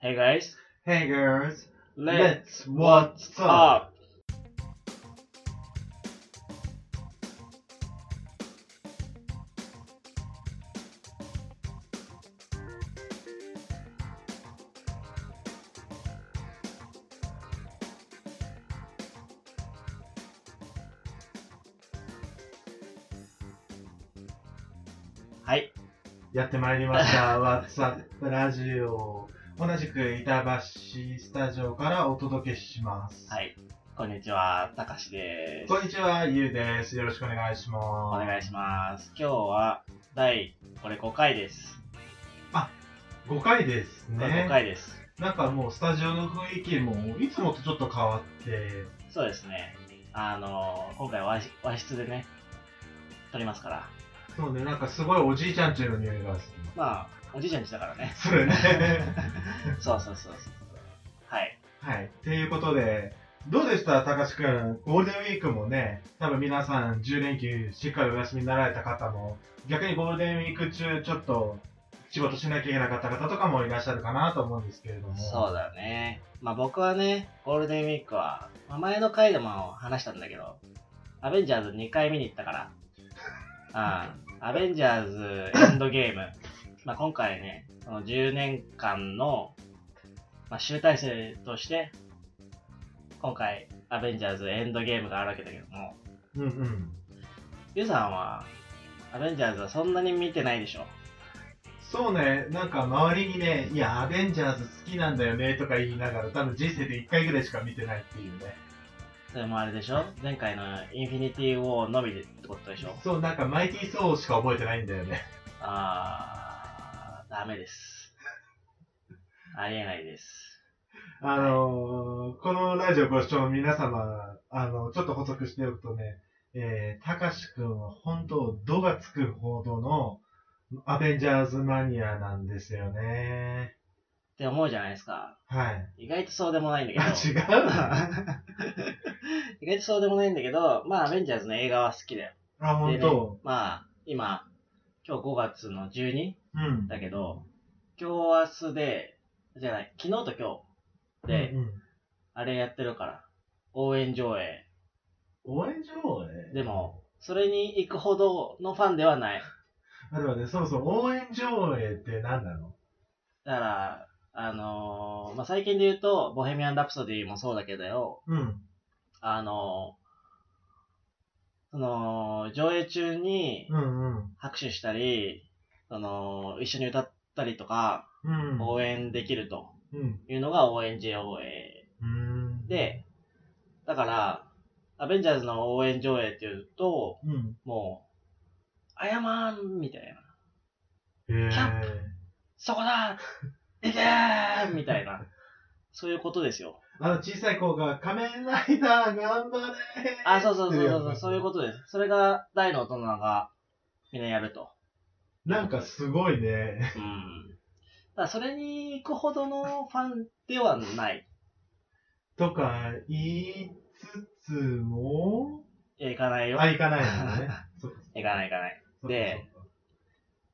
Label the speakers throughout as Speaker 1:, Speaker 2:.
Speaker 1: Hey guys,
Speaker 2: Hey girls,
Speaker 1: let's
Speaker 2: let's what's up?
Speaker 1: up! はい、
Speaker 2: やってまいりました、What's Up ラジオ。同じく板橋スタジオからお届けします。
Speaker 1: はい、こんにちは、たかしです。
Speaker 2: こんにちは、ゆうです。よろしくお願いし
Speaker 1: お
Speaker 2: ます。
Speaker 1: 願いします。今日は第これ5回です。
Speaker 2: 5回です
Speaker 1: これ5
Speaker 2: ね。
Speaker 1: 回です。
Speaker 2: なんかもうスタジオの雰囲気もいつもとちょっと変わって、
Speaker 1: そうですね。あの今回和室和室でね、撮りますから。
Speaker 2: そうね、なんかすごいおじいちゃんちの匂いがする。
Speaker 1: まあ、おじいちゃんちだから ね。
Speaker 2: それね。
Speaker 1: そうそうそうそう。はい。
Speaker 2: はい。ということで、どうでしたたかしくん。ゴールデンウィークもね、多分皆さん10連休しっかりお休みになられた方も、逆にゴールデンウィーク中ちょっと仕事しなきゃいけなかった方とかもいらっしゃるかなと思うんですけれども。
Speaker 1: そうだね。まあ僕はね、ゴールデンウィークは、まあ、前の回でも話したんだけど、アベンジャーズ2回見に行ったから、うん。アベンジャーズエンドゲーム。まあ今回ね、その10年間の、まあ、集大成として、今回、アベンジャーズエンドゲームがあるわけだけども、
Speaker 2: うんうん。
Speaker 1: ゆうさんは、アベンジャーズはそんなに見てないでしょ
Speaker 2: そうね、なんか周りにね、いや、アベンジャーズ好きなんだよねとか言いながら、多分人生で1回ぐらいしか見てないっていうね。
Speaker 1: それもあれでしょ前回のインフィニティウォーのみでってことでしょ
Speaker 2: そう、なんかマイティー・ソーしか覚えてないんだよね。
Speaker 1: あー、ダメです。ありえないです。
Speaker 2: あのーこのラジオご視聴の皆様、あの、ちょっと補足しておくとね、えー、たかしくんは本当、度がつくほどのアベンジャーズマニアなんですよね。
Speaker 1: って思うじゃないですか。
Speaker 2: はい。
Speaker 1: 意外とそうでもないんだけど
Speaker 2: あ、。違うな
Speaker 1: 意外とそうでもないんだけど、まあ、アベンジャーズの映画は好きだよ。
Speaker 2: あ、
Speaker 1: で
Speaker 2: 本
Speaker 1: ね
Speaker 2: 当。
Speaker 1: まあ、今、今日5月の12
Speaker 2: うん。
Speaker 1: だけど、今日明日で、じゃない、昨日と今日で、
Speaker 2: うんうん、
Speaker 1: あれやってるから、応援上映。
Speaker 2: 応援上映
Speaker 1: でも、それに行くほどのファンではない。
Speaker 2: あれはね、そもそも応援上映って何なの
Speaker 1: だから、あのーまあ、最近で言うと、ボヘミアン・ラプソディもそうだけどよ、
Speaker 2: うん。
Speaker 1: あのーその、上映中に
Speaker 2: うんうん。
Speaker 1: 拍手したり、その、一緒に歌ったりとか、
Speaker 2: うん。
Speaker 1: 応援できると
Speaker 2: うん。
Speaker 1: いうのが応援 JOA
Speaker 2: うん。、
Speaker 1: で、だから、アベンジャーズの応援上映っていうと、
Speaker 2: うん。
Speaker 1: もう、あやまんみたいな、
Speaker 2: えー、
Speaker 1: キャンそこだいけーみたいな、そういうことですよ。
Speaker 2: あの、小さい子が仮面ライダー頑張れー
Speaker 1: あ、そうそうそうそうそう、そういうことです。それが大の大人がみんなやると。
Speaker 2: なんかすごいね。
Speaker 1: うん。だからそれに行くほどのファンではない。
Speaker 2: とか言いつつも、
Speaker 1: いや行かないよ。
Speaker 2: あ、行かない んだね。そっか
Speaker 1: 行かない行かない。
Speaker 2: そっか
Speaker 1: で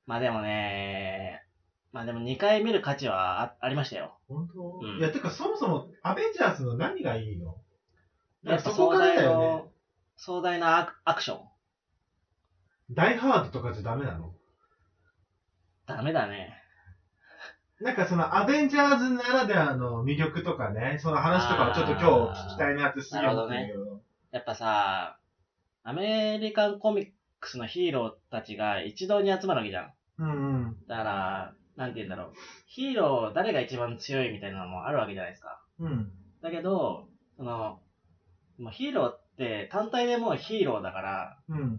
Speaker 1: まあでもね、まあでも2回見る価値はあありましたよ。
Speaker 2: そっか本当、
Speaker 1: うん
Speaker 2: いや、てかそもそも、アベンジャーズの何がいいの
Speaker 1: やっぱ
Speaker 2: そこ
Speaker 1: 壮
Speaker 2: からだ
Speaker 1: 大
Speaker 2: よね。
Speaker 1: の、壮大なアクアクション。
Speaker 2: ダイハードとかじゃダメなの
Speaker 1: ダメだね。
Speaker 2: なんかそのアベンジャーズならではの魅力とかね、その話とかをちょっと今日聞きたいなってすげえ思ってるけど。
Speaker 1: やっぱさ、アメリカンコミックスのヒーローたちが一堂に集まるわけじゃん。
Speaker 2: うんうん。
Speaker 1: だから、なんて言うんだろう。ヒーロー、誰が一番強いみたいなのもあるわけじゃないですか。
Speaker 2: うん。
Speaker 1: だけど、その、もうヒーローって単体でもうヒーローだから、や
Speaker 2: うん。
Speaker 1: っ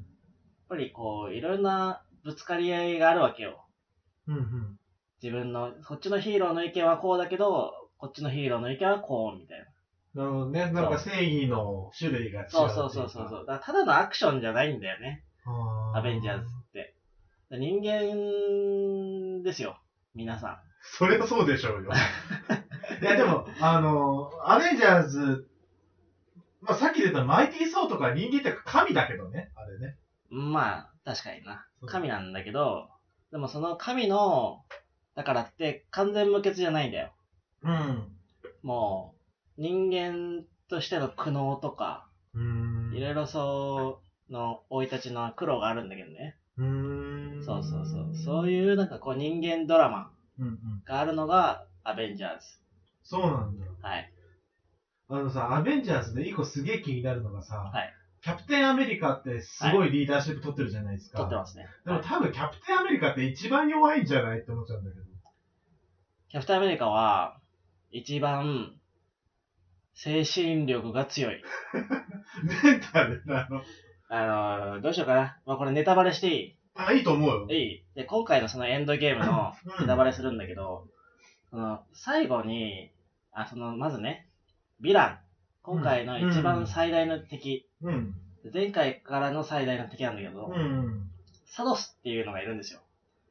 Speaker 1: ぱりこう、いろんなぶつかり合いがあるわけよ。
Speaker 2: うんうん。
Speaker 1: 自分の、こっちのヒーローの意見はこうだけど、こっちのヒーローの意見はこう、みたいな。
Speaker 2: なるほどね。なんか正義の種類が違うってい
Speaker 1: そう
Speaker 2: か
Speaker 1: そうそうそう。そうだからただのアクションじゃないんだよね。
Speaker 2: あー
Speaker 1: アベンジャーズって。だから人間ですよ。皆さん。
Speaker 2: それはそうでしょうよ。 いや、でも、あの、アベンジャーズ、まあ、さっき出たマイティー・ソーとか人間って神だけどね、あれね。
Speaker 1: まあ、確かにな
Speaker 2: そ。う
Speaker 1: 神なんだけど、でもその神の、だからって完全無欠じゃないんだよ。
Speaker 2: うん。
Speaker 1: もう、人間としての苦悩とか、
Speaker 2: うーん。
Speaker 1: いろいろそう、の生い立ちの苦労があるんだけどね。
Speaker 2: うーん。
Speaker 1: そうそうそう。そう
Speaker 2: う。
Speaker 1: いうなんかこう人間ドラマ
Speaker 2: うんうん。
Speaker 1: があるのがアベンジャーズ。
Speaker 2: そうなんだ。
Speaker 1: はい。
Speaker 2: あのさ、アベンジャーズで一個すげえ気になるのがさ、
Speaker 1: はい
Speaker 2: キャプテンアメリカってすごいリーダーシップ取ってるじゃないですか。
Speaker 1: 撮ってますね。
Speaker 2: でも多分キャプテンアメリカって一番弱いんじゃないって思っちゃうんだけど。
Speaker 1: キャプテンアメリカは、一番、精神力が強い。
Speaker 2: メンタルなの。
Speaker 1: あのーどうしようかな。まあ、これネタバレしてい
Speaker 2: あ、いいと思うよ
Speaker 1: い。いいで、今回のそのエンドゲームの
Speaker 2: う
Speaker 1: ネ
Speaker 2: ん。
Speaker 1: タバレするんだけど、その、最後に、あ、その、まずね、ヴィラン。今回の一番最大の敵。
Speaker 2: うん。
Speaker 1: 前回からの最大の敵なんだけど、
Speaker 2: うん。
Speaker 1: サドスっていうのがいるんですよ。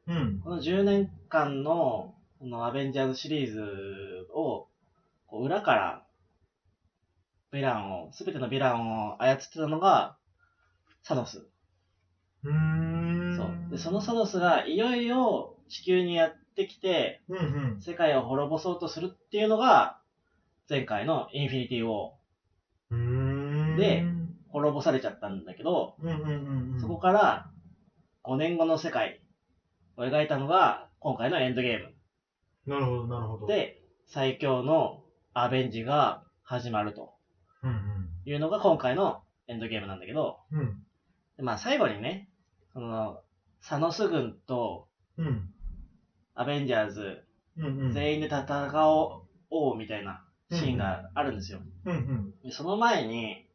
Speaker 2: うん。
Speaker 1: この10年間の、このアベンジャーズシリーズを、こう裏から、ヴィランを、すべてのヴィランを操ってたのが、サノス。
Speaker 2: うーん。
Speaker 1: そう。で、そのサノスが、いよいよ地球にやってきて、
Speaker 2: うんうん。
Speaker 1: 世界を滅ぼそうとするっていうのが、前回のインフィニティを
Speaker 2: うーん
Speaker 1: で、滅ぼされちゃったんだけど、
Speaker 2: うんうんうんうん。
Speaker 1: そこから5年後の世界を描いたのが、今回のエンドゲーム。
Speaker 2: なるほど、なるほど。、
Speaker 1: で、最強のアベンジが始まると
Speaker 2: うん
Speaker 1: いうのが今回のエンドゲームなんだけど、
Speaker 2: うん。うん。
Speaker 1: でまあ最後にね、その、サノス軍と
Speaker 2: うん。
Speaker 1: アベンジャーズ
Speaker 2: うんうん。
Speaker 1: 全員で戦おうみたいなシーンがあるんですよ。
Speaker 2: うんうん。
Speaker 1: でその前に、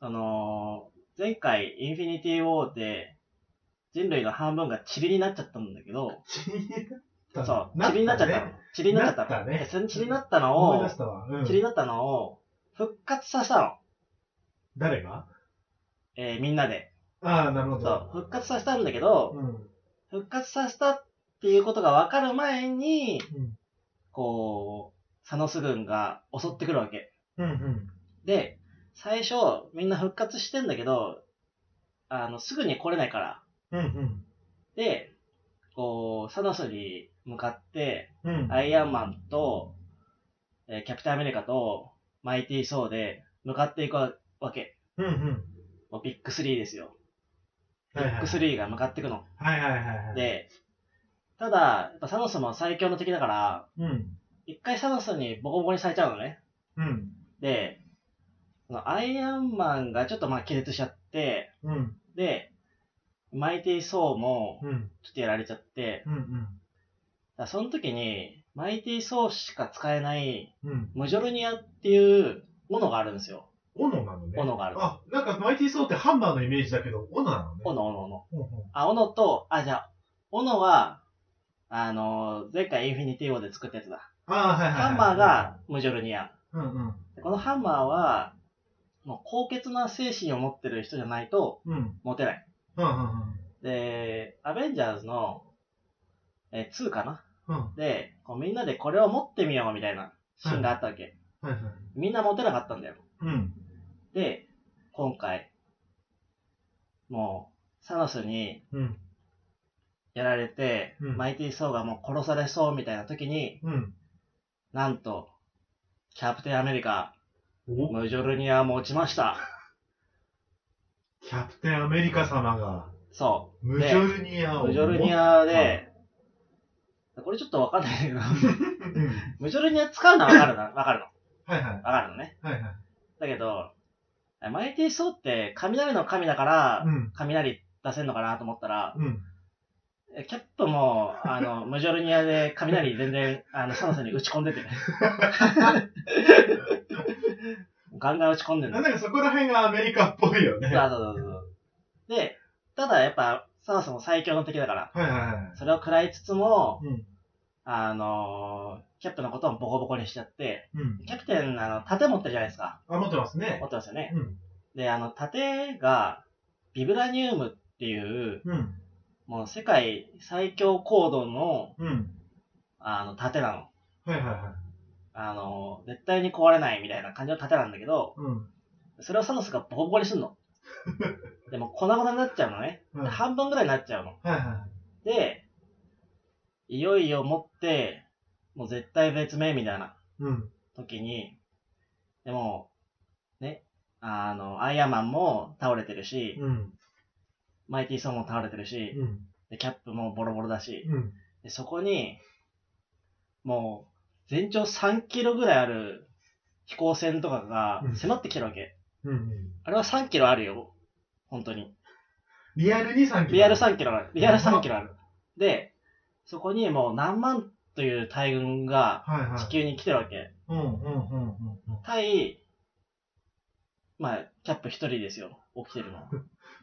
Speaker 1: その、前回インフィニティ・ウォーで人類の半分が塵になっちゃったんだけど、
Speaker 2: ちりに なった。
Speaker 1: そう、塵になっちゃったの。塵になっちゃったの。
Speaker 2: なったね
Speaker 1: でその塵になったの
Speaker 2: 思
Speaker 1: を
Speaker 2: い出、したわ。う
Speaker 1: 気に
Speaker 2: ん。
Speaker 1: なったのを復活させたの。
Speaker 2: 誰が
Speaker 1: えーみんなで。
Speaker 2: ああ、なるほ
Speaker 1: そう
Speaker 2: ど。。
Speaker 1: 復活させたんだけど、
Speaker 2: うん。
Speaker 1: 復活させたっていうことが分かる前に、
Speaker 2: うん
Speaker 1: こう、サノス軍が襲ってくるわけ。
Speaker 2: うんうん。
Speaker 1: で、最初、みんな復活してんだけど、あの、すぐに来れないから。
Speaker 2: うんうん。
Speaker 1: で、こう、サノスに向かって、
Speaker 2: うん。
Speaker 1: アイアンマンと、えーキャプテンアメリカと、マイティー・ソーで向かっていくわけ。
Speaker 2: うんうん。
Speaker 1: もうビッグ3ですよ。
Speaker 2: はいはい。
Speaker 1: X3 が向かってくの。
Speaker 2: はいはいはいはい。、
Speaker 1: で、ただ、やっぱサノスも最強の敵だから、
Speaker 2: うん。
Speaker 1: 一回サノスにボコボコにされちゃうのね。
Speaker 2: うん。
Speaker 1: で、そのアイアンマンがちょっとまあ気絶しちゃって、
Speaker 2: うん。
Speaker 1: で、マイティソーも
Speaker 2: うん。
Speaker 1: ちょっとやられちゃって、
Speaker 2: うん。うん。
Speaker 1: だからその時に、マイティソーしか使えない、
Speaker 2: うん。
Speaker 1: ムジョルニアっていう斧があるんですよ。
Speaker 2: 斧なのね。
Speaker 1: 斧がある。
Speaker 2: あ、なんかマイティーソーってハンマーのイメージだけど、斧なのね。
Speaker 1: 斧、斧、斧。
Speaker 2: うんうん。
Speaker 1: あ、斧と、あ、じゃあ、斧は、あの前回インフィニティウォーで作ったやつだ。
Speaker 2: ああ、はいはいはい。
Speaker 1: ハンマーが、ムジョルニア。
Speaker 2: うんうん。
Speaker 1: このハンマーは、もう高潔な精神を持ってる人じゃないと
Speaker 2: うん。
Speaker 1: 持てない。
Speaker 2: うんうん
Speaker 1: で、アベンジャーズの、えー2かな
Speaker 2: うん。うん。
Speaker 1: で、こうみんなでこれを持ってみようみたいなシーンがあったわけ。
Speaker 2: はいはい。
Speaker 1: みんな持てなかったんだよ。
Speaker 2: うん。
Speaker 1: で、今回、もう、サノスに
Speaker 2: うん。
Speaker 1: やられて、
Speaker 2: うん
Speaker 1: マイティー・ソーがもう殺されそうみたいな時に、
Speaker 2: うん。
Speaker 1: なんと、キャプテンアメリカ、
Speaker 2: お
Speaker 1: ムジョルニアも落ちました。
Speaker 2: キャプテンアメリカ様が、
Speaker 1: そう。
Speaker 2: ムジョルニアを。
Speaker 1: ムジョルニアで、これちょっとわかんないんだけど、
Speaker 2: うん。
Speaker 1: ムジョルニア使うのはわかるな、わかるの。
Speaker 2: はいはい。
Speaker 1: わかるのね。
Speaker 2: はいはい。
Speaker 1: だけど、マイティソーって雷の神だから
Speaker 2: う、ん。
Speaker 1: 雷出せんのかなと思ったら、
Speaker 2: うん。
Speaker 1: えキャップも、あの、ムジョルニアで雷全然、あの、サノスに打ち込んで て。ガンガン打ち込んでる
Speaker 2: なんかそこら辺がアメリカっぽ いよね。はい
Speaker 1: そうそうそうそう。で、ただやっぱ、サノスも最強の敵だから、
Speaker 2: はいは
Speaker 1: それを食らいつつも、
Speaker 2: い。うん。
Speaker 1: あのーキャップのことをボコボコにしちゃって、
Speaker 2: うん。
Speaker 1: キャプテン、あの、盾持ってるじゃないですか。
Speaker 2: あ、持ってますね
Speaker 1: 持。ってますよね。
Speaker 2: うん。
Speaker 1: で、あの、盾が、ビブラニウムっていう、
Speaker 2: うん。
Speaker 1: もう世界最強高度の、
Speaker 2: うん。
Speaker 1: あの、盾なの。
Speaker 2: はいはいはい。
Speaker 1: あの、絶対に壊れないみたいな感じの盾なんだけど、
Speaker 2: うん。
Speaker 1: それをサノスがボコボコにすん の。でも、粉々になっちゃうのね。
Speaker 2: うん
Speaker 1: で
Speaker 2: はい
Speaker 1: 半分ぐらいになっちゃうの。
Speaker 2: はい。
Speaker 1: で、いよいよ持って、もう絶対別名みたいな
Speaker 2: うん。
Speaker 1: 時に、でも、ね、あの、アイアンマンも倒れてるし、
Speaker 2: うん。
Speaker 1: マイティーソーも倒れてるし、
Speaker 2: うん。
Speaker 1: でキャップもボロボロだし、
Speaker 2: うん。
Speaker 1: でそこに、もう、全長3キロぐらいある飛行船とかが
Speaker 2: うん
Speaker 1: 迫ってきてるわけ。
Speaker 2: うん。
Speaker 1: あれは3キロあるよ。本当に。
Speaker 2: リアルに3キロ。
Speaker 1: リアル3キロある。リアル3キロある。で、そこにもう何万という大軍が
Speaker 2: はいはい。
Speaker 1: 地球に来てるわけ。
Speaker 2: うんうんうんうんうん。
Speaker 1: 対、まあ、キャップ一人ですよ。起きてる の。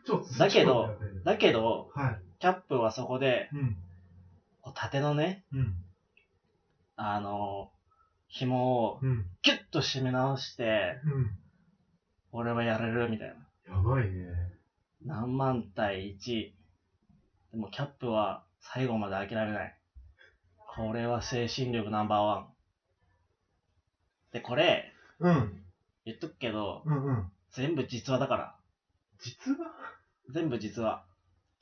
Speaker 2: ちょっと
Speaker 1: だけど、だけど、
Speaker 2: はい。
Speaker 1: キャップはそこで、
Speaker 2: うん。
Speaker 1: こう縦のね、
Speaker 2: うん。
Speaker 1: あの、紐を
Speaker 2: うん。
Speaker 1: ギュッと締め直して、
Speaker 2: うん。
Speaker 1: 俺はやれるみたいな。
Speaker 2: やばいね。
Speaker 1: 何万対1。でもキャップは最後まで諦めない。これは精神力ナンバーワン。で、これ、
Speaker 2: うん。
Speaker 1: 言っとくけど、
Speaker 2: うんうん。
Speaker 1: 全部実話だから。
Speaker 2: 実は
Speaker 1: 全部実話。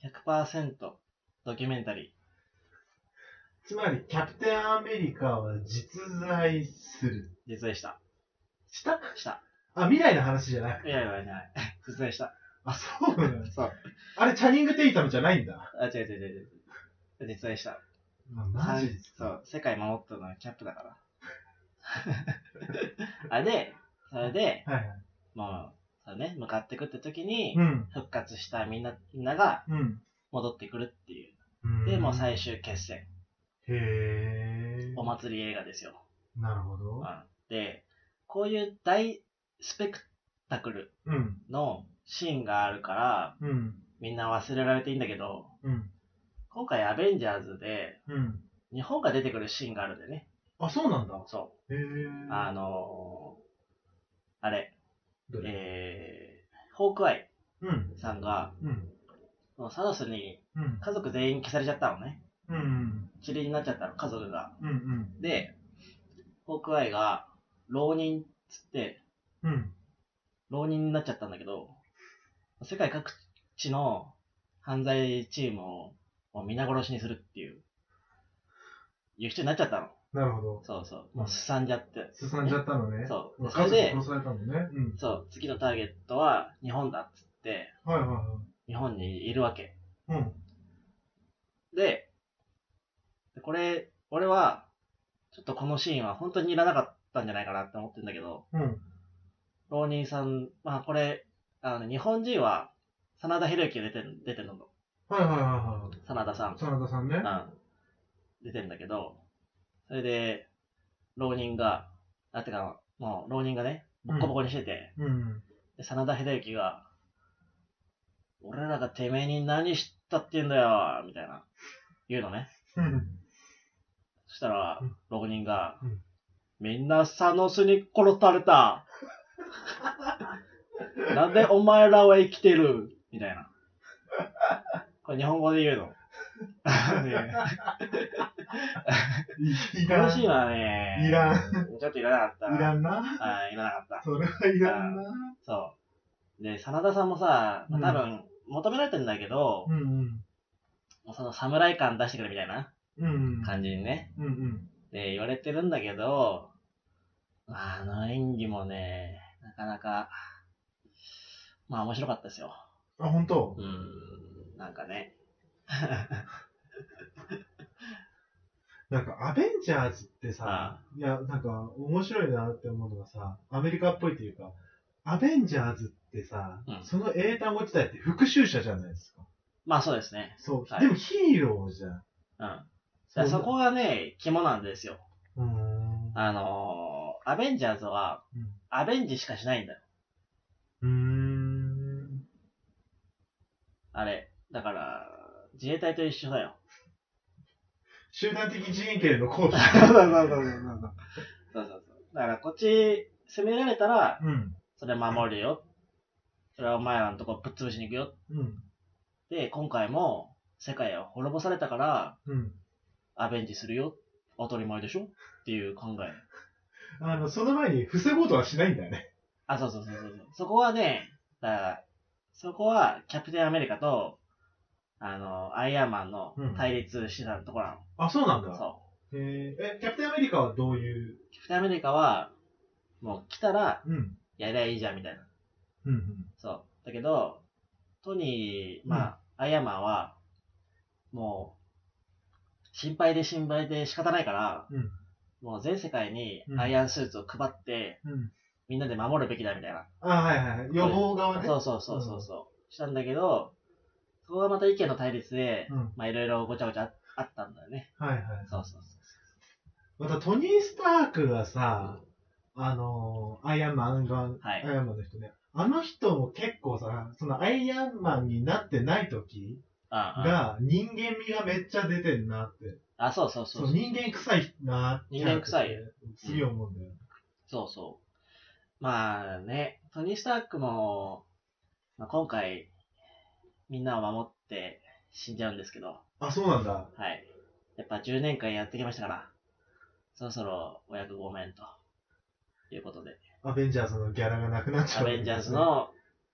Speaker 1: 100%ドキュメンタリ
Speaker 2: つまり、キャプテンアメリカは実在する。
Speaker 1: ー。実在した。
Speaker 2: した
Speaker 1: した。
Speaker 2: あ、未来の話じゃない。
Speaker 1: いやいやいやいや、 実在した。
Speaker 2: あ、そうな の
Speaker 1: そう。
Speaker 2: あれ、チャニング・テイタムじゃないんだ。
Speaker 1: あ、違う違う違う違う。実在した。
Speaker 2: まあマジで
Speaker 1: さんそう、世界守ったのはキャップだから。 あ、で、それで、
Speaker 2: はいはい。
Speaker 1: もう、そうね、向かってくって時に、
Speaker 2: うん。
Speaker 1: 復活したみんな、みんなが戻ってくるっていう。
Speaker 2: うん。
Speaker 1: で、もう最終決戦。
Speaker 2: へえ。
Speaker 1: お祭り映画ですよ。
Speaker 2: なるほ
Speaker 1: う
Speaker 2: ど。
Speaker 1: んで、こういう大スペクタクル
Speaker 2: うん。
Speaker 1: のシーンがあるから、
Speaker 2: うん。
Speaker 1: みんな忘れられていいんだけど、
Speaker 2: うん。
Speaker 1: 今回アベンジャーズで、
Speaker 2: うん。
Speaker 1: 日本が出てくるシーンがあるんだよね。
Speaker 2: あ、そうなんだ。
Speaker 1: そ
Speaker 2: へえ
Speaker 1: う。。あのー、あれ、
Speaker 2: どれ、
Speaker 1: えー、ホークアイ
Speaker 2: うん。
Speaker 1: さんが、
Speaker 2: うん。
Speaker 1: そのサノスに
Speaker 2: うん。
Speaker 1: 家族全員消されちゃったのね。
Speaker 2: うん。
Speaker 1: チリになっちゃったの、家族が。
Speaker 2: うん。うん。
Speaker 1: で、ホークアイが、浪人っつって、
Speaker 2: うん。
Speaker 1: 浪人になっちゃったんだけど、世界各地の犯罪チームをもう皆殺しにするっていう、いう人になっちゃったの。
Speaker 2: なるほど。
Speaker 1: そうそう。もうすさんじゃって。
Speaker 2: すさんじゃったのね。
Speaker 1: そう。でそれ
Speaker 2: 家族
Speaker 1: で
Speaker 2: 殺、されたのね。うん。
Speaker 1: そう、次のターゲットは日本だっつって、
Speaker 2: はいは
Speaker 1: 日本にいるわけ。
Speaker 2: いはい。うん。
Speaker 1: で、でこれ、俺は、ちょっとこのシーンは本当にいらなかったんじゃないかなって思ってるんだけど、
Speaker 2: うん。
Speaker 1: 浪人さん、まあこれ、あの、日本人は、真田広之が出てる、出てるの。
Speaker 2: はいはいはいは
Speaker 1: 真田さん
Speaker 2: い。。真田さんね
Speaker 1: う。ん。出てるんだけど、それで、浪人が、あ、てか、もう浪人がね、ボッコボコにしてて、
Speaker 2: うん。
Speaker 1: で真田広之が、俺らがてめえに何したって言うんだよ、みたいな、言うのね。
Speaker 2: うん。
Speaker 1: そしたら
Speaker 2: うん、
Speaker 1: 浪人が
Speaker 2: うん、
Speaker 1: みんなサノスに殺されたなんでお前らは生きてるみたいな。これ日本語で言うの。 ね
Speaker 2: い
Speaker 1: こ
Speaker 2: ら
Speaker 1: の
Speaker 2: ん。
Speaker 1: シーンはね、
Speaker 2: いらん。
Speaker 1: ちょっといらなかった。
Speaker 2: いらんな。
Speaker 1: はいいらなかった。
Speaker 2: それはいらんな。
Speaker 1: そう。で、真田さんもさ、まあ多分、求められてんだけど、
Speaker 2: うんうん。
Speaker 1: もうその侍感出してくれみたいな
Speaker 2: うん。
Speaker 1: 感じにね、
Speaker 2: うんうん。
Speaker 1: で、言われてるんだけど、あの演技もね、なかなか、まあ面白かったですよ。
Speaker 2: あ、本当。
Speaker 1: うーん、なんかね。
Speaker 2: なんか、アベンジャーズって
Speaker 1: あ、
Speaker 2: さいや、なんか、面白いなって思うのがさ、アメリカっぽいというか、アベンジャーズってさ、
Speaker 1: うん
Speaker 2: その英単語自体って復讐者じゃないですか。
Speaker 1: まあそうですね。
Speaker 2: そう。
Speaker 1: はい
Speaker 2: でもヒーローじゃん。
Speaker 1: うん。だからそこがね、肝なんですよ。
Speaker 2: うーん。
Speaker 1: あのー、アベンジャーズは
Speaker 2: うん、
Speaker 1: アベンジしかしないんだよ。
Speaker 2: うーん。
Speaker 1: あれ。だから、自衛隊と一緒だよ。
Speaker 2: 集団的人権の行使。
Speaker 1: そうそうそうそうそう。そうそうそう。だからこっち、攻められたら、
Speaker 2: うん。
Speaker 1: それ守るよ。それはお前らのとこぶっ潰しに行くよ
Speaker 2: うん。
Speaker 1: で、今回も世界は滅ぼされたから、
Speaker 2: うん。
Speaker 1: アベンジするよ。当たり前でしょっていう考え。
Speaker 2: あの、その前に防ごうとはしないんだよね。
Speaker 1: あ、そうそうそうそうそう。そこはね、だからそこはキャプテンアメリカと、あの、アイアンマンの対立してたところなの。
Speaker 2: あ、そうなんだ。
Speaker 1: そ
Speaker 2: えー、え、キャプテンアメリカはどういう、
Speaker 1: キャプテンアメリカは、もう来たら
Speaker 2: うん、
Speaker 1: やりゃいいじゃんみたいな。
Speaker 2: うん、うん。
Speaker 1: そう。だけど、トニー、まあ、アイアンマンは、もう、心配で心配で仕方ないから、
Speaker 2: うん
Speaker 1: もう全世界に
Speaker 2: うん
Speaker 1: アイアンスーツを配って、
Speaker 2: うん
Speaker 1: みんなで守るべきだみたいな。
Speaker 2: あ、はいはいはい。予防側ね。
Speaker 1: そうそうそうそうそう。したんだけど、そこはまた意見の対立で、
Speaker 2: うん。
Speaker 1: まあいろいろごちゃごちゃあったんだよね。
Speaker 2: はいはい。
Speaker 1: そうそうそう。
Speaker 2: またトニー・スタークがさ、あのーアイアンマンが、
Speaker 1: はい
Speaker 2: アイアンマンの人ね。あの人も結構さ、そのアイアンマンになってない時
Speaker 1: あああ
Speaker 2: が、人間味がめっちゃ出てんなって。
Speaker 1: ああ、そうそう
Speaker 2: そ
Speaker 1: そううそう。
Speaker 2: 人間臭いなって。
Speaker 1: 人間臭いよ。
Speaker 2: すげえ思うんだよ。
Speaker 1: そうそう。まあね、トニー・スタークも、まあ、今回、みんなを守って死んじゃうんですけど、は
Speaker 2: あ、そうなんだ。
Speaker 1: い。やっぱ10年間やってきましたから、そろそろお役ごめんと。いうことで。
Speaker 2: アベンジャーズのギャラがなくなっちゃ
Speaker 1: ア
Speaker 2: う。
Speaker 1: ベンジャーズ。の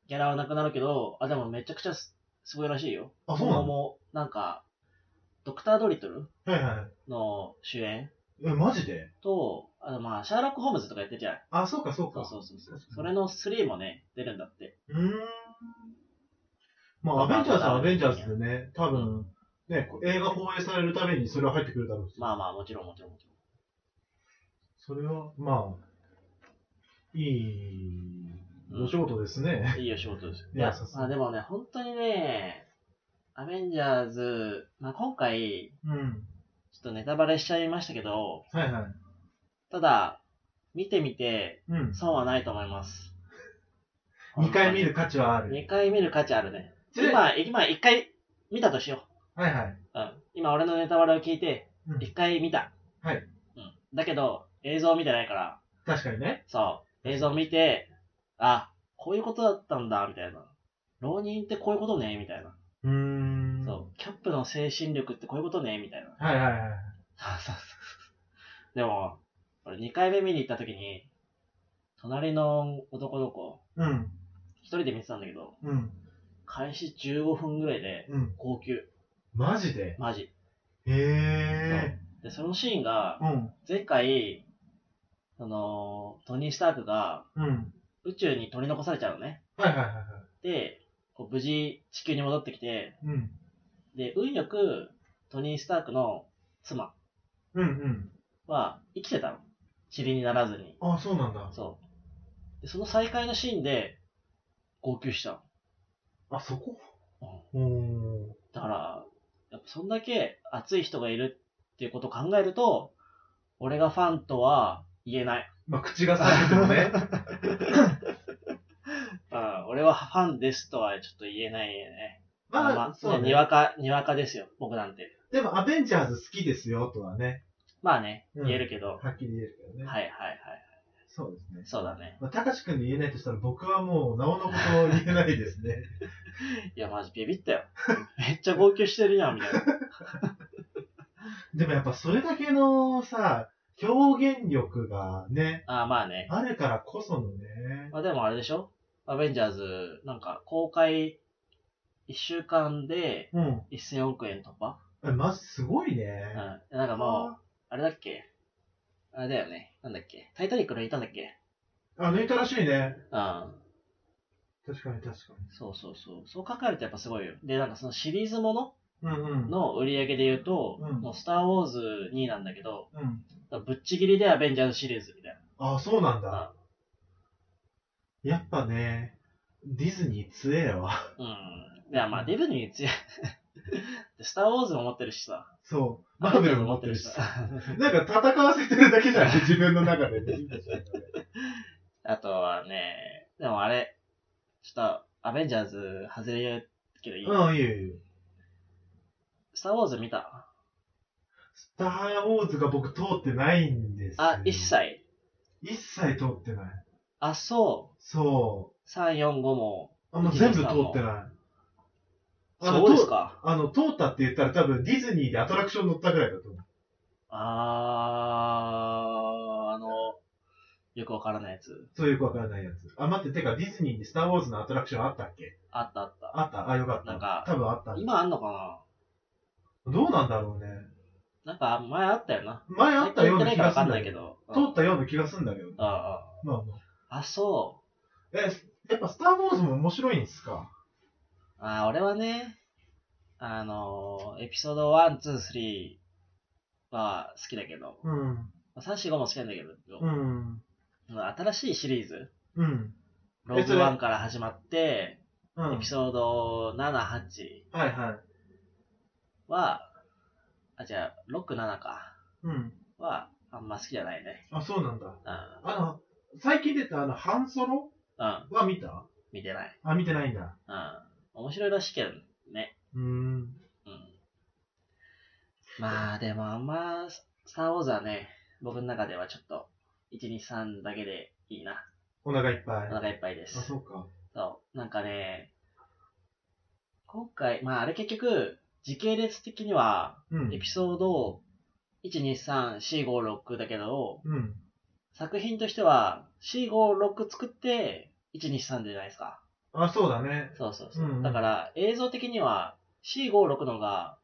Speaker 1: ギャラはなくなるけど、あ、でもめちゃくちゃすすごいらしいよ。
Speaker 2: あ、そうなの
Speaker 1: もう、なんか、ドクター・ドリトル
Speaker 2: はいはい。
Speaker 1: の主演
Speaker 2: え、マジで
Speaker 1: と、あの、まあ、シャーロック・ホームズとかやってるじゃん。
Speaker 2: あ、そうかそう
Speaker 1: そ
Speaker 2: か。
Speaker 1: うそうそうそう。それの3もね、出るんだって。
Speaker 2: うーん。まあ、アベンジャーズはアベンジャーズでね、多分、ね、こう映画放映されるためにそれは入ってくるだろうし。
Speaker 1: まあまあ、もちろんもちろんもちろん。
Speaker 2: それは、まあ、いい、お仕事ですね。
Speaker 1: いいお仕事ですよ。
Speaker 2: い
Speaker 1: い
Speaker 2: や
Speaker 1: や
Speaker 2: さ、すが
Speaker 1: まあでもね、本当にね、アベンジャーズ、まあ今回、
Speaker 2: うん。
Speaker 1: ちょっとネタバレしちゃいましたけど、
Speaker 2: はいはい。
Speaker 1: ただ、見てみて、
Speaker 2: うん。
Speaker 1: 損はないと思います。
Speaker 2: 2回見る価値はある。
Speaker 1: 2回見る価値あるね。
Speaker 2: ちなみに
Speaker 1: 今、今1回見たとしよ
Speaker 2: はいはい。
Speaker 1: う。うん。今俺のネタバレを聞いて
Speaker 2: うん、
Speaker 1: 1回見た。
Speaker 2: はい
Speaker 1: うん。だけど、映像見てないから、
Speaker 2: 確かにね。
Speaker 1: そう、映像見て、あ、こういうことだったんだ、みたいな。浪人ってこういうことね、みたいな。
Speaker 2: うーん。
Speaker 1: そう、キャップの精神力ってこういうことね、みたいな。
Speaker 2: はいはいはい。
Speaker 1: そうそうそう。でも、俺2回目見に行った時に、隣の男の子、
Speaker 2: うん。
Speaker 1: 一人で見てたんだけど、
Speaker 2: うん。
Speaker 1: 開始15分ぐらいで、
Speaker 2: うん。
Speaker 1: 号泣。
Speaker 2: マジで
Speaker 1: マジ。
Speaker 2: へ
Speaker 1: で、そのシーンが
Speaker 2: ー。、うん。
Speaker 1: 前回、その、トニー・スタークが
Speaker 2: うん。
Speaker 1: 宇宙に取り残されちゃうのね。
Speaker 2: はいはいはいはい。
Speaker 1: で、こう無事地球に戻ってきて、
Speaker 2: うん。
Speaker 1: で、運よくトニー・スタークの妻
Speaker 2: うんうん。
Speaker 1: は生きてたの。塵にならずに。
Speaker 2: あ、そうなんだ。
Speaker 1: そう。で、その再会のシーンで、号泣した
Speaker 2: あ、そこ
Speaker 1: の。
Speaker 2: おー。
Speaker 1: だから、やっぱそんだけ熱い人がいるっていうことを考えると、俺がファンとは言えない。
Speaker 2: まあ、口が裂けても ね。
Speaker 1: うん、俺はファンですとはちょっと言えないね。
Speaker 2: まあ、
Speaker 1: まあ
Speaker 2: そう
Speaker 1: に
Speaker 2: ね。
Speaker 1: わか、にわかですよ、僕なんて。
Speaker 2: でも、アベンジャーズ好きですよ、とはね。
Speaker 1: まあね、
Speaker 2: うん
Speaker 1: 言えるけど。
Speaker 2: はっきり言えるけどね。
Speaker 1: はいはいはい。
Speaker 2: そうですね。
Speaker 1: そうだね。
Speaker 2: まあ、たかしくんに言えないとしたら、僕はもう、なおのことを言えないですね。
Speaker 1: いや、マジビビったよ。 めっちゃ号泣してるやん、みたいな。
Speaker 2: でもやっぱ、それだけのさ、表現力がね、
Speaker 1: ああ、まあね。
Speaker 2: あるからこそのね。
Speaker 1: まあでもあれでしょアベンジャーズ、なんか公開1週間で
Speaker 2: うん。
Speaker 1: 1000億円突破
Speaker 2: えまず、すごいね。
Speaker 1: うん。なんかもう、あれだっけあれだよね。なんだっけタイタニック抜いたんだっけ
Speaker 2: あ、抜いたらしいね。
Speaker 1: うん。
Speaker 2: 確かに確か
Speaker 1: そうそうそう。そう考えるとやっぱすごいよ。で、なんかそのシリーズもの
Speaker 2: に。うんうん。
Speaker 1: の売り上げで言うと、
Speaker 2: うん
Speaker 1: もうスターウォーズ2なんだけど、
Speaker 2: うん。
Speaker 1: ぶっちぎりでアベンジャーズシリーズみたい
Speaker 2: あ、そうなんだ
Speaker 1: あ。
Speaker 2: やっぱね、ディズニー強えわ。
Speaker 1: な。うん。いや、まあディズニー強い。 でスターウォーズも持ってるしさ。
Speaker 2: そう。マーベルも持ってるし。
Speaker 1: さ。
Speaker 2: なんか戦わせてるだけじゃん、 自分の中で、ね。
Speaker 1: あとはね、でもあれ、ちょっと、アベンジャーズ外れるけどいい、
Speaker 2: うん、いいよいいよ。
Speaker 1: スターウォーズ見た
Speaker 2: スター・ウォーズが僕通ってないんですよ
Speaker 1: あ、一。切。
Speaker 2: 一切通ってない。
Speaker 1: あ、そ。
Speaker 2: そう
Speaker 1: 3、4、5も。
Speaker 2: う。あんま全部通ってない。あの
Speaker 1: そうですか。
Speaker 2: あの、通ったって言ったら多分ディズニーでアトラクション乗ったぐらいだと思う。
Speaker 1: あー、あの、よくわからないやつ。
Speaker 2: そういうくわからないやつ。あ、待って、てかディズニーにスター・ウォーズのアトラクションあったっけ
Speaker 1: あったあった。
Speaker 2: あったあ、よかった。
Speaker 1: なんか
Speaker 2: 多分あった。
Speaker 1: 今あんのか
Speaker 2: どうなんだろうね。
Speaker 1: なんか前あったよな。
Speaker 2: 前あったような気がす
Speaker 1: 最近行ってないからわか
Speaker 2: るん
Speaker 1: んな
Speaker 2: だ
Speaker 1: いけ
Speaker 2: けど。
Speaker 1: ど。
Speaker 2: 通
Speaker 1: うん
Speaker 2: ったような気がするんだけど。
Speaker 1: ああ
Speaker 2: まあまあ。
Speaker 1: あ、そ
Speaker 2: え、やっぱスター・ウォーズも面白いんすか
Speaker 1: う。ああ、俺はね、あのーエピソード1、2、3は好きだけど、
Speaker 2: うん。
Speaker 1: 3、4、5も好きなんだけど、
Speaker 2: うん。
Speaker 1: 新しいシリーズ、
Speaker 2: うん。
Speaker 1: ローグワンから始まって、
Speaker 2: うん。
Speaker 1: エピソード7、8
Speaker 2: はいはい。
Speaker 1: は、あ、じゃあ、6、7か。
Speaker 2: うん。
Speaker 1: は、あんま好きじゃないね。
Speaker 2: あ、そうなんだ。
Speaker 1: うん。
Speaker 2: あの、最近出たあの、ハンソロ
Speaker 1: うん。
Speaker 2: は見た
Speaker 1: 見てない。
Speaker 2: あ、見てないんだ。
Speaker 1: うん。面白いらしいけどね。
Speaker 2: うーん。
Speaker 1: うん。まあ、でもあんま、スター・ウォーズはね、僕の中ではちょっと、1、2、3だけでいいな。
Speaker 2: お腹いっぱい。
Speaker 1: お
Speaker 2: あ、
Speaker 1: 腹いっぱいです。
Speaker 2: そうか。
Speaker 1: そう。なんかね、今回、まああれ結局、時系列的には、
Speaker 2: うん
Speaker 1: エ。ピソード、1、2、3、4、5、6だけど、
Speaker 2: うん。
Speaker 1: 作品としては、4、5、6作って、1、2、3じゃないですか。
Speaker 2: あ、そうだね。
Speaker 1: そうそうそう。
Speaker 2: うんうん
Speaker 1: だから、映像的には、4、5、6の方が、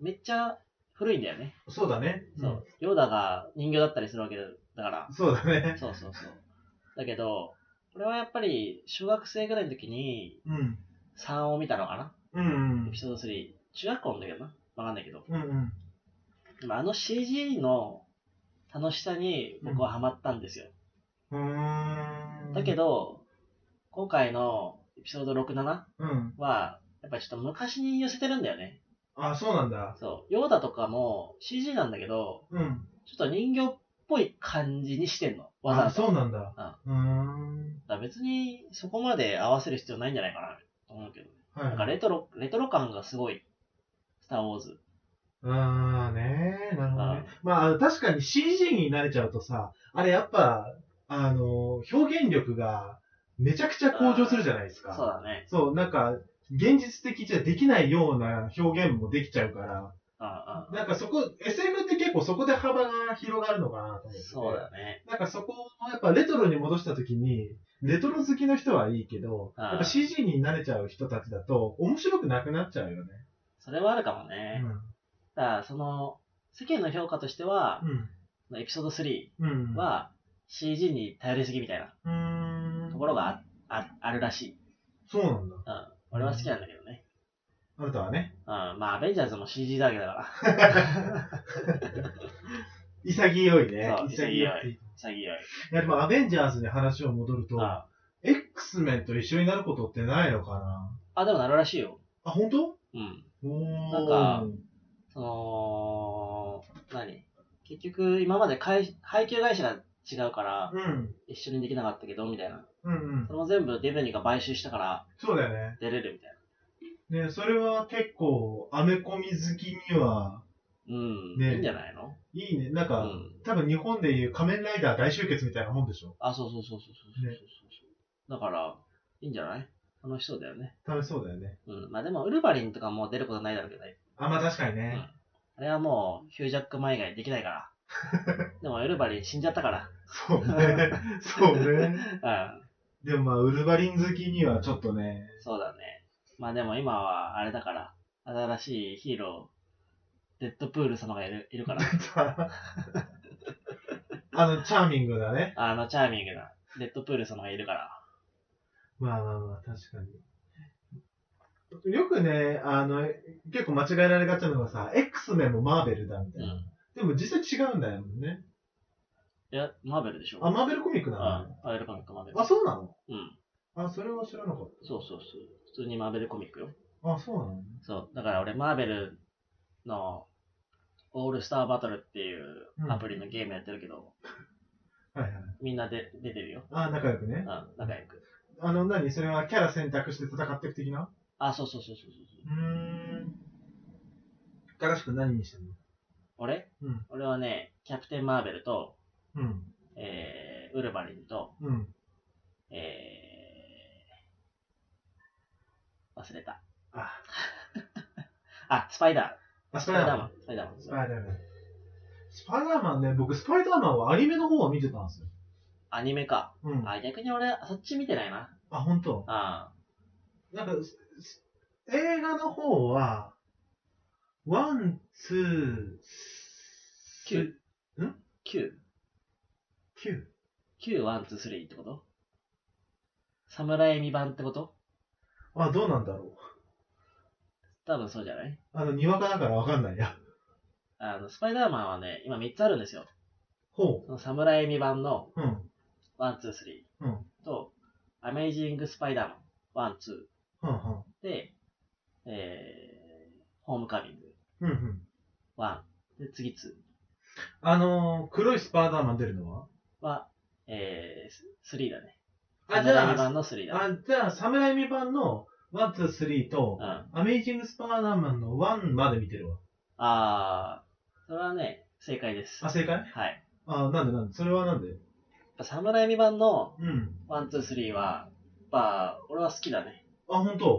Speaker 1: めっちゃ古いんだよね。
Speaker 2: そうだね。
Speaker 1: そう。ヨーダが人形だったりするわけだから
Speaker 2: うん。。そうだね。
Speaker 1: そうそうそう。だけど、これはやっぱり、小学生ぐらいの時に、
Speaker 2: うん。
Speaker 1: 3を見たのかな
Speaker 2: うんうん
Speaker 1: エピ。ソード3、中学校の時だな。わかんないけど。
Speaker 2: うんうん。
Speaker 1: でもあの CG の楽しさに僕はハマったんですよ。
Speaker 2: うーん。
Speaker 1: だけ
Speaker 2: ど、
Speaker 1: ど、今回のエピソード6、7
Speaker 2: うん。
Speaker 1: は、やっぱちょっと昔に寄せてるんだよね。
Speaker 2: あ、そうなんだ。
Speaker 1: そう。ヨーダとかも CG なんだけど、
Speaker 2: うん。
Speaker 1: ちょっと人形っぽい感じにしてんの。わざ
Speaker 2: あ、
Speaker 1: わざ。だ
Speaker 2: そうなんだ。うーん。
Speaker 1: から別にそこまで合わせる必要ないんじゃないかなと思うけど。
Speaker 2: はい。
Speaker 1: なんかレトロ、レトロ感がすごい。スターウォーズ。
Speaker 2: あーねー、なるほどね。まあ、確かに CG に慣れちゃうとさ、あれやっぱ、あの、表現力がめちゃくちゃ向上するじゃないです
Speaker 1: そ
Speaker 2: か。
Speaker 1: うだね。
Speaker 2: そう、なんか、現実的じゃできないような表現もできちゃうから、
Speaker 1: うんうん
Speaker 2: なんかそこ、SF って結構そこで幅が広がるのかなと思って。
Speaker 1: そうだね。
Speaker 2: なんかそこをやっぱレトロに戻した時に、レトロ好きの人はいいけど、
Speaker 1: うん
Speaker 2: やっぱ CG に慣れちゃう人たちだと面白くなくなっちゃうよね。
Speaker 1: それはあるかもね。だから、その、世間の評価としては、エピソード3
Speaker 2: うん。うん。
Speaker 1: は CG に頼りすぎみたいな
Speaker 2: うーん。
Speaker 1: ところがあああるらしい。
Speaker 2: そうなんだ。
Speaker 1: うん。俺は好きなんだけどね。
Speaker 2: あなたはね
Speaker 1: う、ん。まあ、アベンジャーズも CG だらけだから、
Speaker 2: 潔いね
Speaker 1: そ。う
Speaker 2: 潔い。い
Speaker 1: 潔潔い。
Speaker 2: や、でも、アベンジャーズに話を戻ると、
Speaker 1: あ
Speaker 2: X メンと一緒になることってないのかな
Speaker 1: あ、でもなるらしいよ。
Speaker 2: あ、本当
Speaker 1: うん。
Speaker 2: おー
Speaker 1: なんか、その、何結局、今まで会配給会社が違うから、
Speaker 2: うん。
Speaker 1: 一緒にできなかったけど、みたいな。
Speaker 2: うんうん
Speaker 1: そ。れも全部ディズニーが買収したから、
Speaker 2: そうだよね。
Speaker 1: 出れるみたい
Speaker 2: ね、それは結構、アメコミ好きには、
Speaker 1: な。うん。
Speaker 2: ね
Speaker 1: いいんじゃないの
Speaker 2: いいね。なん
Speaker 1: う
Speaker 2: か、
Speaker 1: ん。
Speaker 2: 多分日本でいう仮面ライダー大集結みたいなもんでしょ
Speaker 1: あ、そうそうそうそうそうそうそうそ
Speaker 2: ね
Speaker 1: う。だから、いいんじゃない楽しそうだよね。
Speaker 2: 楽しそうだよね。
Speaker 1: うん。まあでも、ウルヴァリンとかもう出ることないだろうけどね。
Speaker 2: あ、まあ確かにね。
Speaker 1: あれはもう、ヒュージャックマン以外できないから。でも、ウルヴァリン死んじゃったから。
Speaker 2: そう ね。そうね。
Speaker 1: うん。
Speaker 2: でもまあ、ウルヴァリン好きにはちょっと ね、
Speaker 1: そうだね。まあでも今は、あれだから、新しいヒーロー、デッドプール様がいるいるから。
Speaker 2: あの、チャーミングだね。
Speaker 1: あの、チャーミングな、デッドプール様がいるから。
Speaker 2: まあまあまあ、確かに。よくね、あの、結構間違えられがちなのがさ、X メンもマーベルだみた
Speaker 1: う
Speaker 2: い
Speaker 1: ん。
Speaker 2: な。でも実際違うんだよね。
Speaker 1: いや、マーベルでしょ。
Speaker 2: あ、マーベルコミック
Speaker 1: うん。
Speaker 2: なの、ね、
Speaker 1: マーベルコミック、マーベル。
Speaker 2: あ、そうなの
Speaker 1: うん。
Speaker 2: あ、それは知らなかっ
Speaker 1: そうそうそう。普通にマーベルコミックよ。
Speaker 2: た。あ、そうなの
Speaker 1: そう、だから俺、マーベルのオールスターバトルっていうアプリのゲームやってるけど、
Speaker 2: はいはい。
Speaker 1: みんなで出てるよ。
Speaker 2: あ、仲良く
Speaker 1: うん
Speaker 2: ね。、
Speaker 1: 仲良く。
Speaker 2: あの、何それはキャラ選択して戦っていく的な
Speaker 1: あ、そうそうそうそうそう。
Speaker 2: うーん。新しく何にしてんの
Speaker 1: 俺、
Speaker 2: うん
Speaker 1: 俺はね、キャプテン・マーベルと、
Speaker 2: うん。
Speaker 1: えー、ウルヴァリンと、
Speaker 2: うん。
Speaker 1: えー、忘れた。
Speaker 2: あ、
Speaker 1: あ、スパイダ
Speaker 2: あ、
Speaker 1: ー。
Speaker 2: ス
Speaker 1: ス
Speaker 2: パ
Speaker 1: パ
Speaker 2: イ
Speaker 1: イダ
Speaker 2: ダー
Speaker 1: ーマ
Speaker 2: マン。
Speaker 1: ン。スパイダーマン。
Speaker 2: スパイダーマン。スパイダーマンね、僕、スパイダーマンはアニメの方を見てたんですよ。
Speaker 1: アニメか。
Speaker 2: うん。
Speaker 1: あ、逆に俺、そっち見てないな。
Speaker 2: あ、本当。
Speaker 1: あ
Speaker 2: なんか、すす映画の方は、ワン、ツー、
Speaker 1: 9。
Speaker 2: ん
Speaker 1: ?9。
Speaker 2: 9?
Speaker 1: 9、1、2、3ってこと侍未版ってこと
Speaker 2: あ、どうなんだろう。
Speaker 1: 多分そうじゃない
Speaker 2: あの、にわかだからわかんないや。
Speaker 1: あの、スパイダーマンはね、今3つあるんですよ。
Speaker 2: ほ
Speaker 1: その侍未版の
Speaker 2: う。うん。
Speaker 1: 1、2、
Speaker 2: うん。
Speaker 1: 3と、アメイジング・スパイダーマン1、
Speaker 2: うんうん。
Speaker 1: 2で、えー、ホームカミング
Speaker 2: うんうん。
Speaker 1: 1、で、次2
Speaker 2: あのー、黒いスパイダーマン出るのは
Speaker 1: は、えー、3だね。
Speaker 2: あ、じゃ
Speaker 1: 未
Speaker 2: あ、
Speaker 1: 版の3だね。
Speaker 2: あ、じゃあ、侍未版の1、2、3と
Speaker 1: う、ん。
Speaker 2: アメイジングスパイダーマンの1まで見てるわ。
Speaker 1: あー、それはね、正解です。
Speaker 2: あ、正解
Speaker 1: はい。
Speaker 2: あ、なんでなんでそれはなんで
Speaker 1: やっぱ侍未版の
Speaker 2: うん。
Speaker 1: ワン、ツー、スリーは、まあ、俺は好きだね。
Speaker 2: あ、ほん
Speaker 1: うん。
Speaker 2: と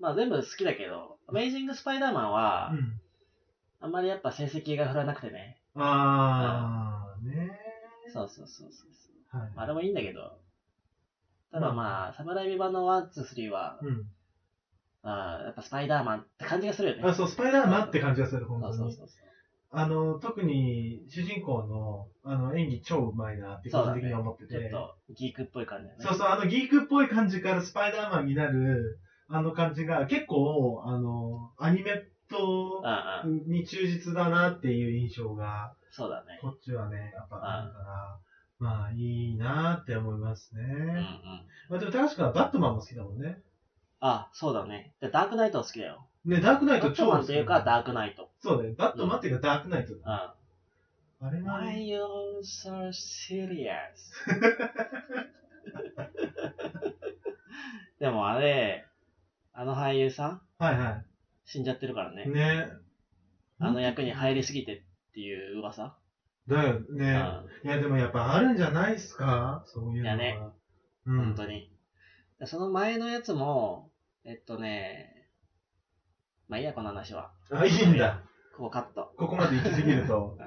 Speaker 1: まあ、全部好きだけど、アメイジング・スパイダーマンは
Speaker 2: う、ん。
Speaker 1: あんまりやっぱ成績が振らなくてね。
Speaker 2: あー、ね
Speaker 1: そうそうそうそうそう。
Speaker 2: ー。はい。
Speaker 1: まあ、でもいいんだけど。ただまあ、侍未版のワン、ツー、スリーは、
Speaker 2: うん。
Speaker 1: あーやっぱスパイダーマンって感じがするよね。
Speaker 2: あ、そう、スパイダーマンって感じがする、本
Speaker 1: そう
Speaker 2: 当
Speaker 1: そう
Speaker 2: に。
Speaker 1: そうそう。
Speaker 2: あの、特に主人公のあの演技超うまいなって個人的に思って。
Speaker 1: ちょってと、ギークっぽい感じだよね。
Speaker 2: そうそう、あのギークっぽい感じからスパイダーマンになる、あの感じが結構、あの、アニメと
Speaker 1: うんうん。
Speaker 2: に忠実だなっていう印象が、
Speaker 1: そうだね。
Speaker 2: こっちはね、やっぱあるから、まあいいなって思いますね。
Speaker 1: うんうん。
Speaker 2: まあでも確かバットマンも好きだもんね。
Speaker 1: あ、そうだね。で、ダークナイトは好きだよ。
Speaker 2: ね、ダークナ
Speaker 1: バ
Speaker 2: イト
Speaker 1: ット
Speaker 2: 超
Speaker 1: マ
Speaker 2: 好
Speaker 1: ン
Speaker 2: き
Speaker 1: とい
Speaker 2: だも
Speaker 1: うんか、ダークナイト。
Speaker 2: そうだね、バットマンっていうかダークナイト。
Speaker 1: うん。
Speaker 2: あれが
Speaker 1: Why
Speaker 2: ね、
Speaker 1: you so serious? でもあれ、あの俳優さん
Speaker 2: はいは
Speaker 1: 死んじゃってるから
Speaker 2: い。
Speaker 1: ね。
Speaker 2: ね。
Speaker 1: あの役に入りすぎてっていう噂。
Speaker 2: だよ
Speaker 1: う
Speaker 2: ね。
Speaker 1: ん、
Speaker 2: いやでもやっぱあるんじゃないっすかそういうの
Speaker 1: いや
Speaker 2: は。
Speaker 1: ね
Speaker 2: うん。
Speaker 1: 本当に。その前のやつも、えっとね、まあいいや、この話は。
Speaker 2: あ、いいんだ。
Speaker 1: ここカット。
Speaker 2: ここまで行き過ぎ ると。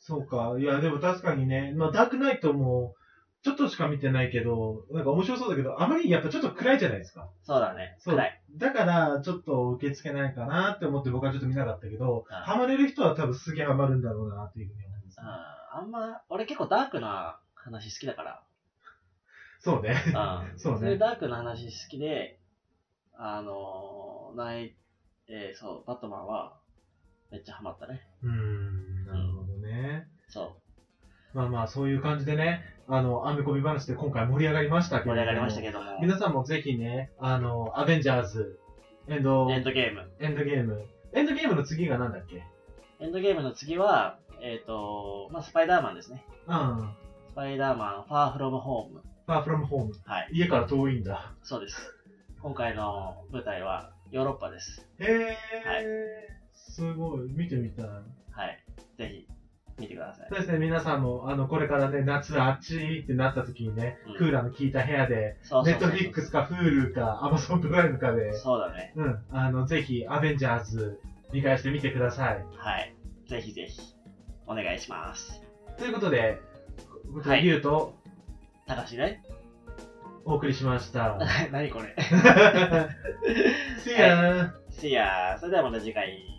Speaker 2: そうか。いや、でも確かにね、まあ、ダークナイトも、ちょっとしか見てないけど、なんか面白そうだけど、あまりやっぱちょっと暗いじゃないですか。
Speaker 1: そうだね。
Speaker 2: そう
Speaker 1: 暗い。
Speaker 2: だから、ちょっと受け付けないかなって思って僕はちょっと見なかったけど、
Speaker 1: うん
Speaker 2: ハマれる人は多分すげえハマるんだろうなっていうふうに思います
Speaker 1: うん。あんま、俺結構ダークな話好きだから。
Speaker 2: そうね。
Speaker 1: うん
Speaker 2: そうね
Speaker 1: それでダークな話好きで、あのー、ない、えーそう、バットマンは、めっちゃハマったね。
Speaker 2: うーん、なるほどね。
Speaker 1: そ
Speaker 2: まあまあ、そういう感じでね、あの、アメコミ話で今回盛り上がりました
Speaker 1: う、
Speaker 2: け
Speaker 1: 盛
Speaker 2: れども。
Speaker 1: り上がりましたけども、
Speaker 2: 皆さんもぜひね、あの、アベンジャーズ、エンド、
Speaker 1: エンドゲーム。
Speaker 2: エンドゲーム。エンドゲームの次がなんだっけ
Speaker 1: エンドゲームの次は、えっ、と、まあ、スパイダーマンですね。
Speaker 2: うん。
Speaker 1: スパイダーマン、ファーフロムホーム。
Speaker 2: ファーフロムホーム。
Speaker 1: はい、
Speaker 2: 家から遠いんだ。
Speaker 1: そうです。今回の舞台は、ヨーロッパです。
Speaker 2: へえ、すごい。見てみたい。
Speaker 1: はい。ぜひ、見てください。
Speaker 2: そうですね、皆さんも、あの、これからね、夏あっちってなった時にね、
Speaker 1: うん
Speaker 2: クーラーの効いた部屋で、
Speaker 1: そう
Speaker 2: ネ
Speaker 1: そう
Speaker 2: ッ
Speaker 1: そ
Speaker 2: ト
Speaker 1: う
Speaker 2: フリックスか Hulu か Amazon プライムかで、
Speaker 1: そうだね。
Speaker 2: うん、あの、ぜひ、アベンジャーズ、見返してみてください。
Speaker 1: はい。ぜひぜひ、お願いします。
Speaker 2: ということで、僕
Speaker 1: は
Speaker 2: はいリュウと
Speaker 1: たかしね
Speaker 2: お送りしました。
Speaker 1: 何これ
Speaker 2: See ya!
Speaker 1: See ya! それではまた次回。